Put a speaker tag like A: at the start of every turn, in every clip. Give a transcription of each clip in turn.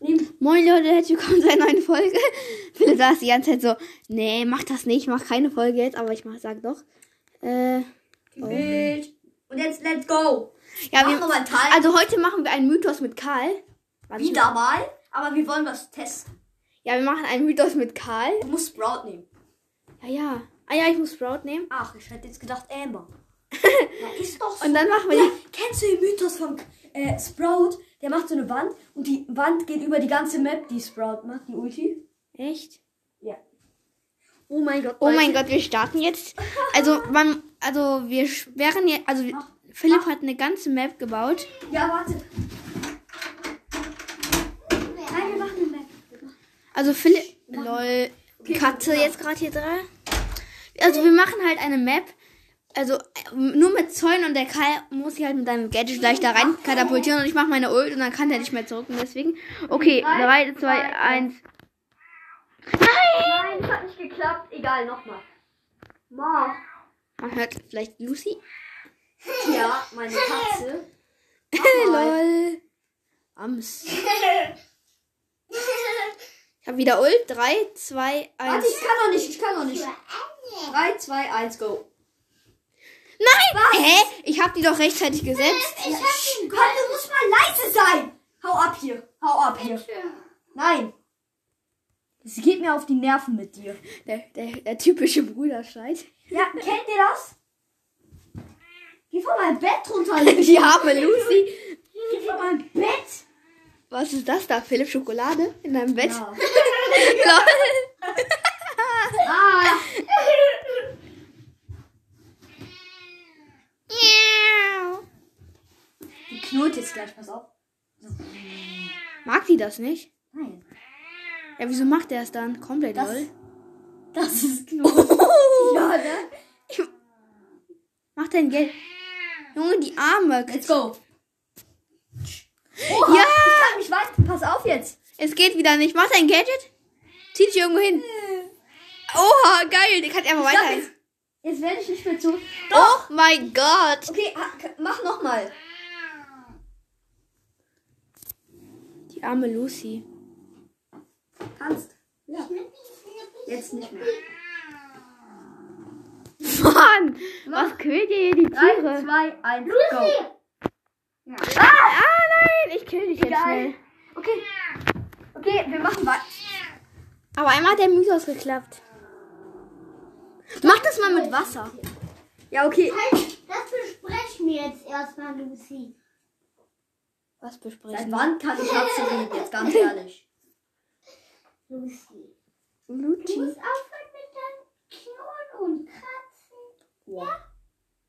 A: Nimm.
B: Moin Leute, herzlich willkommen zu einer neuen Folge. Philipp saß die ganze Zeit so, nee, mach das nicht, mach keine Folge jetzt, aber ich mach, sag doch. Äh, Oh.
A: Bild. Und jetzt let's go.
B: ja,
A: Machen wir
B: wir,
A: mal einen Teil.
B: also heute machen wir einen Mythos mit Karl. Warte.
A: Wieder mal. Aber wir wollen was testen.
B: Ja, wir machen einen Mythos mit Karl.
A: Du musst Sprout nehmen.
B: Ja, ja. Ah ja, ich muss Sprout nehmen.
A: Ach, ich hätte jetzt gedacht Amber. Na, ist doch so.
B: Und dann machen wir
A: Ja,
B: die.
A: kennst du den Mythos von äh, Sprout? Der macht so eine Wand und die Wand geht über die ganze Map, die Sprout macht, die Ulti.
B: Echt?
A: Ja. Oh mein Gott.
B: Oh mein
A: Leute.
B: Gott, wir starten jetzt. Also, man, also wir wären jetzt, also wir-
A: Mach.
B: Philipp hat eine ganze Map gebaut.
A: Ja, warte. Nein, wir machen eine Map.
B: Also Philipp. Lol.
A: Okay,
B: Katze
A: gut, ja.
B: jetzt gerade hier dran. Also wir machen halt eine Map. Also äh, nur mit Zäunen und der Karl muss sich halt mit seinem Gadget gleich da rein katapultieren und ich mache meine Ult und dann kann der nicht mehr zurück und deswegen. Okay,
A: Drei,
B: 3, 2,
A: zwei,
B: 1.
A: Nein, es hat nicht geklappt. Egal, nochmal. Ma.
B: Man hört vielleicht Lucy.
A: Ja, meine Katze.
B: Lol. Ams. Ich habe wieder Ult. 3, 2, 1.
A: Warte, ich kann noch nicht, ich kann noch nicht. 3, 2, 1, go.
B: Nein! Hä? Ich habe die doch rechtzeitig gesetzt.
A: Ich hab ihn. Gott, du musst mal leise sein. Hau ab hier. Hau ab hier. Nein. Es geht mir auf die Nerven mit dir.
B: Der, der, der typische Bruderschreit.
A: Ja, kennt ihr das? Geh von meinem Bett runter.
B: Die arme Lucy.
A: Geh von meinem Bett.
B: Was ist das da? Philipp Schokolade in deinem Bett?
A: Ja. Ah.
B: Lol.
A: Die knurrt jetzt gleich, pass auf.
B: Mag die das nicht?
A: Nein.
B: Ja, wieso macht der es dann? Komplett
A: Das-
B: lol.
A: Das ist Knurren. ja, ne?
B: Mach dein Geld. Junge, die Arme.
A: Let's go. Oha,
B: Ja.
A: ich kann mich weit. Pass auf jetzt.
B: Es geht wieder nicht. Mach dein Gadget. Zieh dich irgendwo hin. Oha, geil. Der kann einfach
A: Ich glaub,
B: weiter.
A: jetzt, jetzt werde ich nicht mehr zu.
B: Oh mein Gott.
A: Okay, ah, k- mach nochmal.
B: Die arme Lucy.
A: Kannst. Ja. Jetzt nicht mehr.
B: Mann, was quält ihr hier die
A: 3,
B: Tiere?
A: 2, 1, go.
B: Ah nein, ich kill dich jetzt
A: Egal.
B: schnell.
A: Okay. Okay, wir machen weiter.
B: Aber einmal hat der Mythos geklappt. Mach das mal mit Wasser.
A: Ja, okay.
C: Halt, das besprechen wir jetzt erstmal, Lucy.
B: Was
A: Seit
B: besprechen
A: wann kann ich Katze reden? Jetzt ganz ehrlich.
C: Lucy. Du
B: Lucy.
C: musst aufhören mit deinem Knurren und Kratzen.
A: Wow.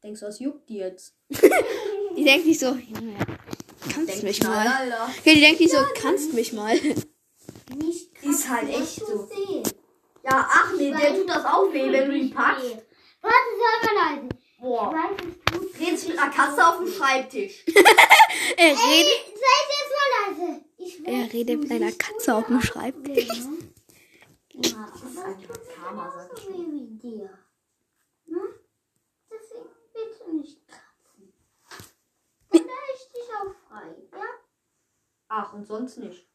A: Denkst du, was juckt die jetzt?
B: Die denkt sich so, Junge, kannst mich
A: mal,
B: mal.
A: Alter.
B: Okay, die denkt sich so, kannst mich mal.
C: Nicht kratzen.
A: Ist halt
C: musst
A: echt
C: du
A: so.
C: sehen.
A: Ja, ach nee, der
C: Weil
A: tut das auch weh, wenn du ihn
C: nicht
A: packst.
C: weh. Warte, sei mal leise. Ich
A: Boah.
C: weiß, es tut
A: Redest
C: weh.
A: mit einer Katze auf dem Schreibtisch.
B: Er
C: Ey,
B: redet,
C: Seid jetzt mal leise. Ich weiß,
B: er redet mit
C: Lucy,
B: einer
C: es tut
B: Katze auf dem Schreibtisch.
C: weh. Ja, aber es tut
A: Karma,
C: mir
A: sag
C: genauso weh wie dir. Hm? Deswegen bitte nicht kratzen. Und da ist dich auch frei, ja?
A: Ach, und sonst nicht.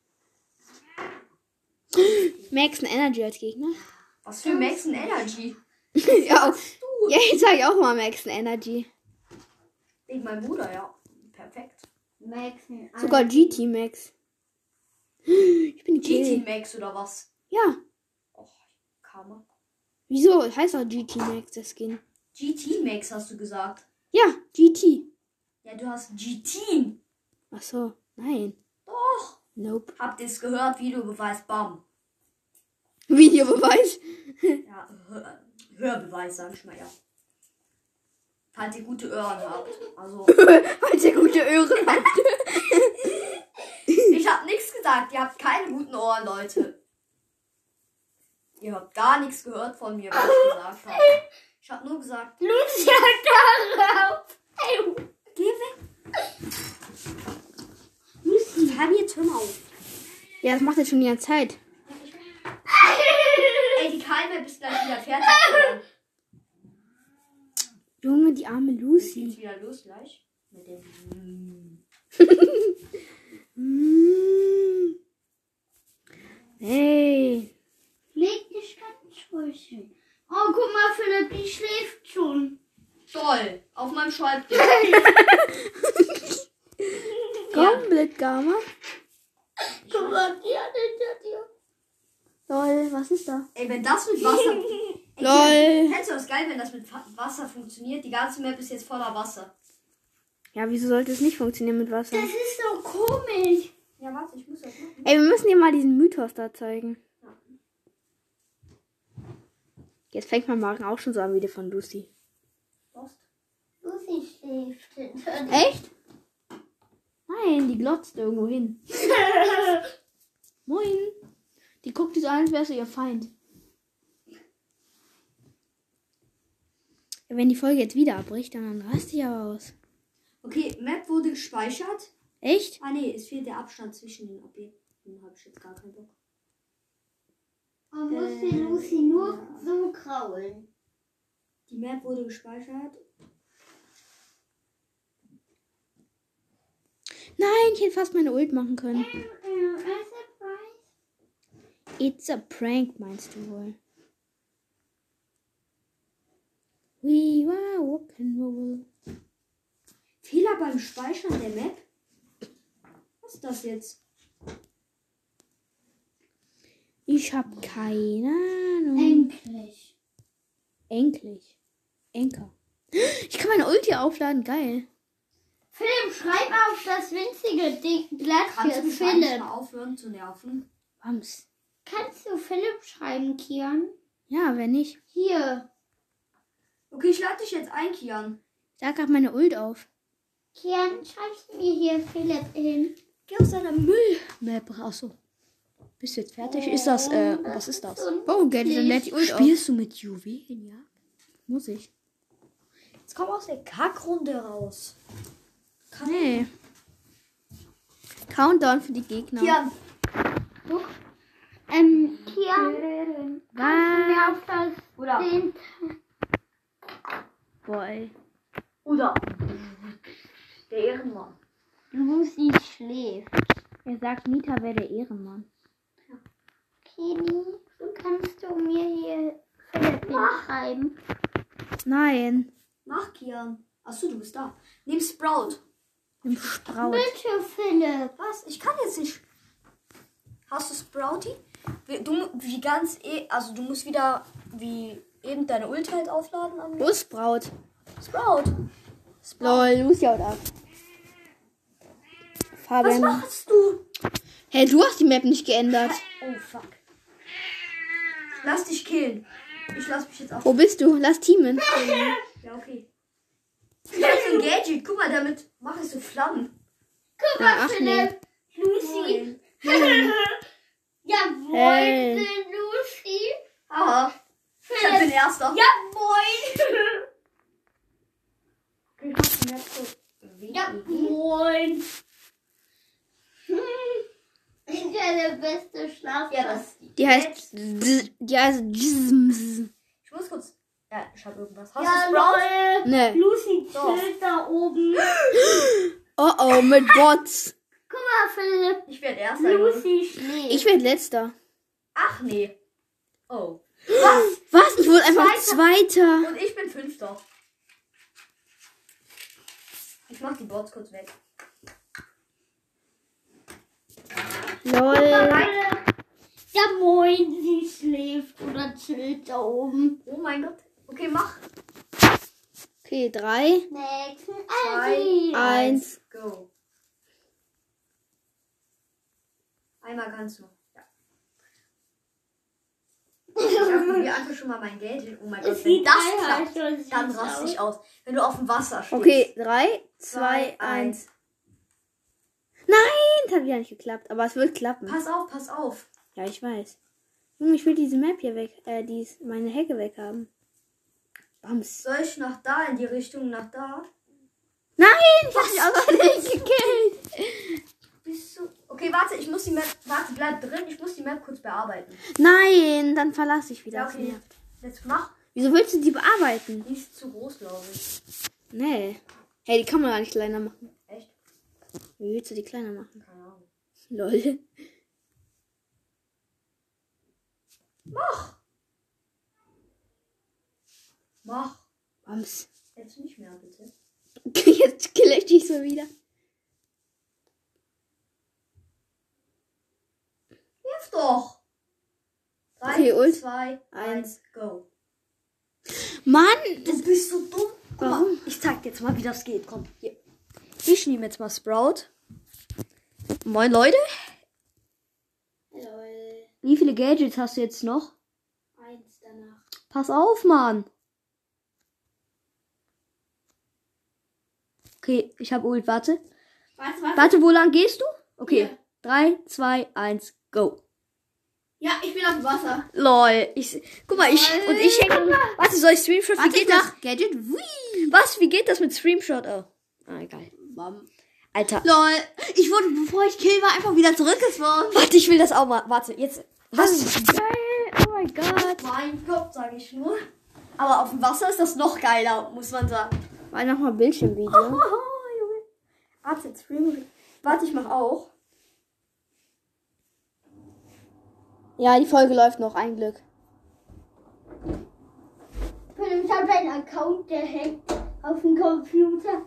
B: Max ein Energy als Gegner.
A: Was für Maxen Energy.
B: ja, auch, ja, jetzt sag ich auch mal Max ein Energy.
A: Wegen meinem Bruder, ja. Perfekt.
C: Maxen. also-
B: Sogar
A: Ah.
B: GT Max. Ich bin
A: GT
B: GT.
A: Max oder was?
B: Ja,
A: Och, Karma.
B: wieso? Heißt auch GT Max der Skin.
A: GT Max hast du gesagt.
B: Ja, GT.
A: Ja, du hast GT.
B: Ach so, nein.
A: Doch.
B: Nope.
A: Habt ihr es gehört? Videobeweis, bam.
B: Videobeweis.
A: Ja, Hör Hörbeweis, sag ich mal, ja. Falls ihr gute Ohren habt. Also,
B: Weil Halt der gute Öre hat.
A: ich hab nichts gesagt. Ihr habt keine guten Ohren, Leute. Ihr habt gar nichts gehört von mir, was ich gesagt habe. Ich hab nur gesagt,
C: Lucia darauf.
A: geh weg.
C: Lucy, hab jetzt hör mal auf.
B: Ja, das macht er schon die ganze Zeit.
A: Ey, die Keime bist gleich wieder fertig.
B: Junge, die arme
A: Jetzt
B: Lucy.
A: geht's wieder los gleich. Hm. Mit dem.
B: Mm. Hey.
C: Leg dich ganz ruhig hin. Oh, guck mal, Philipp, die schläft schon.
A: Toll. Auf meinem Schreibtisch.
B: Komm, Blitgama.
C: Guck mal, die hat hinter dir.
B: Lol, was ist da?
A: Ey, wenn das mit Wasser. Ey,
B: Lol.
A: Fändest du das geil, wenn das mit Fa- Wasser funktioniert? Die ganze Map ist jetzt voller Wasser.
B: Ja, wieso sollte es nicht funktionieren mit Wasser?
C: Das ist so komisch.
A: Ja, warte, ich muss das machen.
B: Ey, wir müssen dir mal diesen Mythos da zeigen. Jetzt fängt mein Magen auch schon so an wie der von Lucy.
A: Lost.
C: Lucy schläft hinter dir.
B: Echt? Nein, die glotzt irgendwo hin. Moin. Die guckt dich so an, als wärst du ihr Feind. Wenn die Folge jetzt wieder abbricht, dann raste ich aber aus.
A: Okay, Map wurde gespeichert.
B: Echt?
A: Ah nee, es fehlt der Abstand zwischen den Objekten. Habe ich jetzt gar keinen Bock.
C: Man muss die Lucy nur so kraulen.
A: Die Map wurde gespeichert.
B: Nein, ich hätte fast meine Ult machen können.
C: Mm, a surprise.
B: It's a prank, meinst du wohl? We were rock'n'roll.
A: Fehler beim Speichern der Map? Was ist das jetzt?
B: Ich hab keine Ahnung.
C: Endlich.
B: Endlich. Enker. Ich kann meine Ulti aufladen, geil.
C: Philipp, schreib auf das winzige Ding Blatt
A: Kannst
C: für
A: du mich eigentlich
C: Philipp.
A: mal aufhören zu nerven?
B: Wams.
C: Kannst du Philipp schreiben, Kian?
B: Ja, wenn nicht.
C: Hier.
A: Okay, ich lade dich jetzt ein, Kian.
B: Sag grad meine Ult auf.
C: Kian, schreibst mir hier Philipp hin.
A: Geh aus deiner Müll.
B: Map, achso. Bist du jetzt fertig? Ist das, äh, was ist das?
C: so
B: Oh, Geld, dann lädt die Ult auf. Spielst du mit Juwelen, ja? Muss ich.
A: Jetzt komm aus der Kackrunde raus.
B: Nee. Countdown für die Gegner.
A: Kian,
C: Ähm, Kian, kannst du mir auf das
A: Oder-
C: Ding...
B: Boah, ey.
A: Oder der Ehrenmann.
C: Lucy schläft.
B: Er sagt, Nita wäre der Ehrenmann.
C: Kini, kannst du mir hier Philipp hinschreiben?
B: Nein.
A: Mach, Kian. Achso, du bist da. Nimm Sprout.
B: Im Strauch.
C: Bitte, Philipp.
A: Was? Ich kann jetzt nicht. Hast du Sprouty? Wie- Du, wie ganz eh, also du musst wieder wie eben deine Ult halt aufladen an
B: Busbraut.
A: Sprout.
B: Lol, Lucy haut ab.
A: Was
B: Fabian.
A: machst du?
B: Hey, du hast die Map nicht geändert.
A: Oh fuck. Lass dich killen. Ich lass mich jetzt auf.
B: Wo bist du? Lass teamen.
A: Ja, okay. Ich hab so ein Gadget. Guck mal, damit mache ich so Flammen.
C: Guck
B: Na,
C: mal,
B: ach
C: Philipp. Lucy.
A: Cool.
C: Jawohl,
B: Hey.
C: Lucy.
A: Aha. Ich hab den erster.
C: Jawohl.
A: Okay, hast du Map so- Wie?
C: Jawohl. Ich bin der beste Schlaf.
A: Ja, das.
B: Die heißt. Die heißt. Zzz.
A: Ich muss kurz. Ja, ich hab irgendwas. Hast
C: Ja,
A: du Sprout?
C: lol.
B: Ne.
C: Lucy
A: Doch.
C: chillt da oben.
B: Oh oh, mit Bots.
C: Guck mal, Philipp.
A: Ich werde erster. Junge.
C: Lucy schläft.
B: Ich werd letzter.
A: Ach nee. Oh. Was?
B: Was? Ich wurde einfach zweiter.
A: Und ich bin fünfter. Ich mach die Boards kurz weg.
B: Lol.
C: Philipp. Ja, moin, sie schläft oder chillt da oben.
A: Oh mein Gott. Okay, mach.
B: Okay, drei.
C: Nächsten
A: Zwei.
C: Aldi.
B: Eins.
A: Go. Einmal kannst du. Ja. Ich hab mir einfach schon mal mein Geld. Oh mein Gott,
C: Es
A: wenn
C: sieht
A: das
C: einfach
A: klappt,
C: so süß
A: dann raste
C: aus.
A: ich aus. Wenn du auf dem Wasser stehst.
B: Okay, drei, zwei, eins. Nein, das hat wieder nicht geklappt. Aber es wird klappen.
A: Pass auf, pass auf.
B: Ja, ich weiß. Junge, ich will diese Map hier weg, äh, dies, meine Hecke weg haben. Bams.
A: Soll ich nach da in die Richtung nach da?
B: Nein, ich hab dich auch nicht gekillt.
A: Bist du. Okay, warte, ich muss die Map. Warte, bleib drin. Ich muss die Map kurz bearbeiten.
B: Nein, dann verlasse ich wieder.
A: Ja,
B: das
A: okay.
B: Nervt.
A: Jetzt mach.
B: Wieso willst du die bearbeiten?
A: Die ist zu groß, glaube ich.
B: Nee. Hey, die kann man gar nicht kleiner machen.
A: Echt?
B: Wie willst du die kleiner machen?
A: Keine Ahnung.
B: Lol.
A: Mach! Mach!
B: Bums.
A: Jetzt nicht mehr, bitte.
B: Jetzt kille ich dich so wieder.
A: Wirf doch! Drei,
B: Okay, Ult.
A: zwei, eins, go.
B: Mann,
A: Du bist so dumm. Guck mal,
B: Warum?
A: Ich zeig dir jetzt mal, wie das geht. Komm, hier. Ich nehme jetzt mal Sprout. Moin, Leute.
C: Lol.
A: Wie viele Gadgets hast du jetzt noch?
C: Eins danach.
A: Pass auf, Mann. Okay, ich hab Ult, warte.
C: Was, was?
A: Warte, wo lang gehst du? Okay.
C: Hier.
A: Drei, zwei, eins, go.
C: Ja, ich bin auf dem Wasser.
A: Lol, ich. Guck mal, ich. Und ich hänge. Warte, soll ich Streamshot? Wie
B: Warte,
A: geht
B: ich
A: das?
B: mach Gadget. Wui.
A: Was? Wie geht das mit Streamshot? Oh. Ah, egal. Alter.
B: Lol. Ich wurde, bevor ich kill war, einfach wieder zurückgeworfen.
A: Warte, ich will das auch mal. Warte, jetzt.
B: Das
A: Was?
B: ist geil. Oh mein Gott.
A: Mein Gott, sag ich nur. Aber auf dem Wasser ist das noch geiler, muss man sagen.
B: Mal nochmal Bildschirmvideo.
A: Haha, Oh, Junge. Warte, jetzt Stream. Warte, ich mach auch.
B: Ja, die Folge läuft noch, ein Glück.
C: Ich habe einen Account, der hängt auf dem Computer.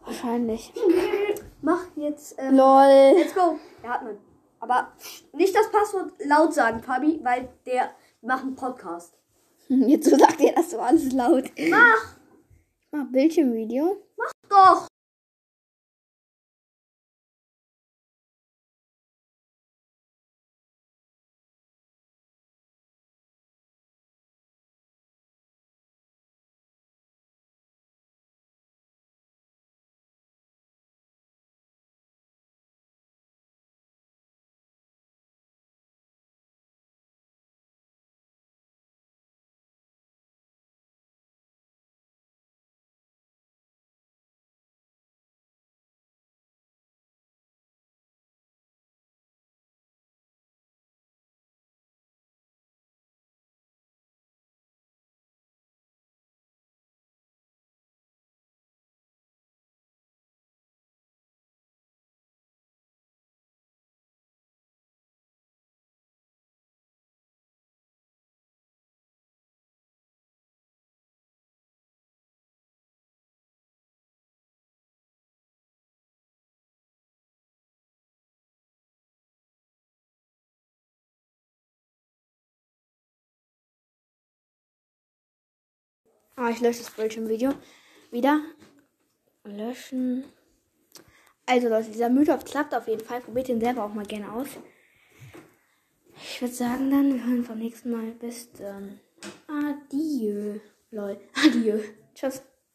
B: Wahrscheinlich.
A: Hm. Mach jetzt. Ähm,
B: Lol.
A: Let's go. Da hat man. Aber nicht das Passwort laut sagen, Fabi, weil der macht einen Podcast.
B: Jetzt so sagt ihr das so alles laut. Ich
A: Mach
B: mach Bildschirmvideo.
A: doch!
B: Ah, ich lösche das Bildschirmvideo. Wieder. Löschen. Also Leute, dieser Mythos klappt auf jeden Fall. Probiert den selber auch mal gerne aus. Ich würde sagen dann, wir hören uns beim nächsten Mal. Bis dann. Adieu. Lol. Adieu. Tschüss.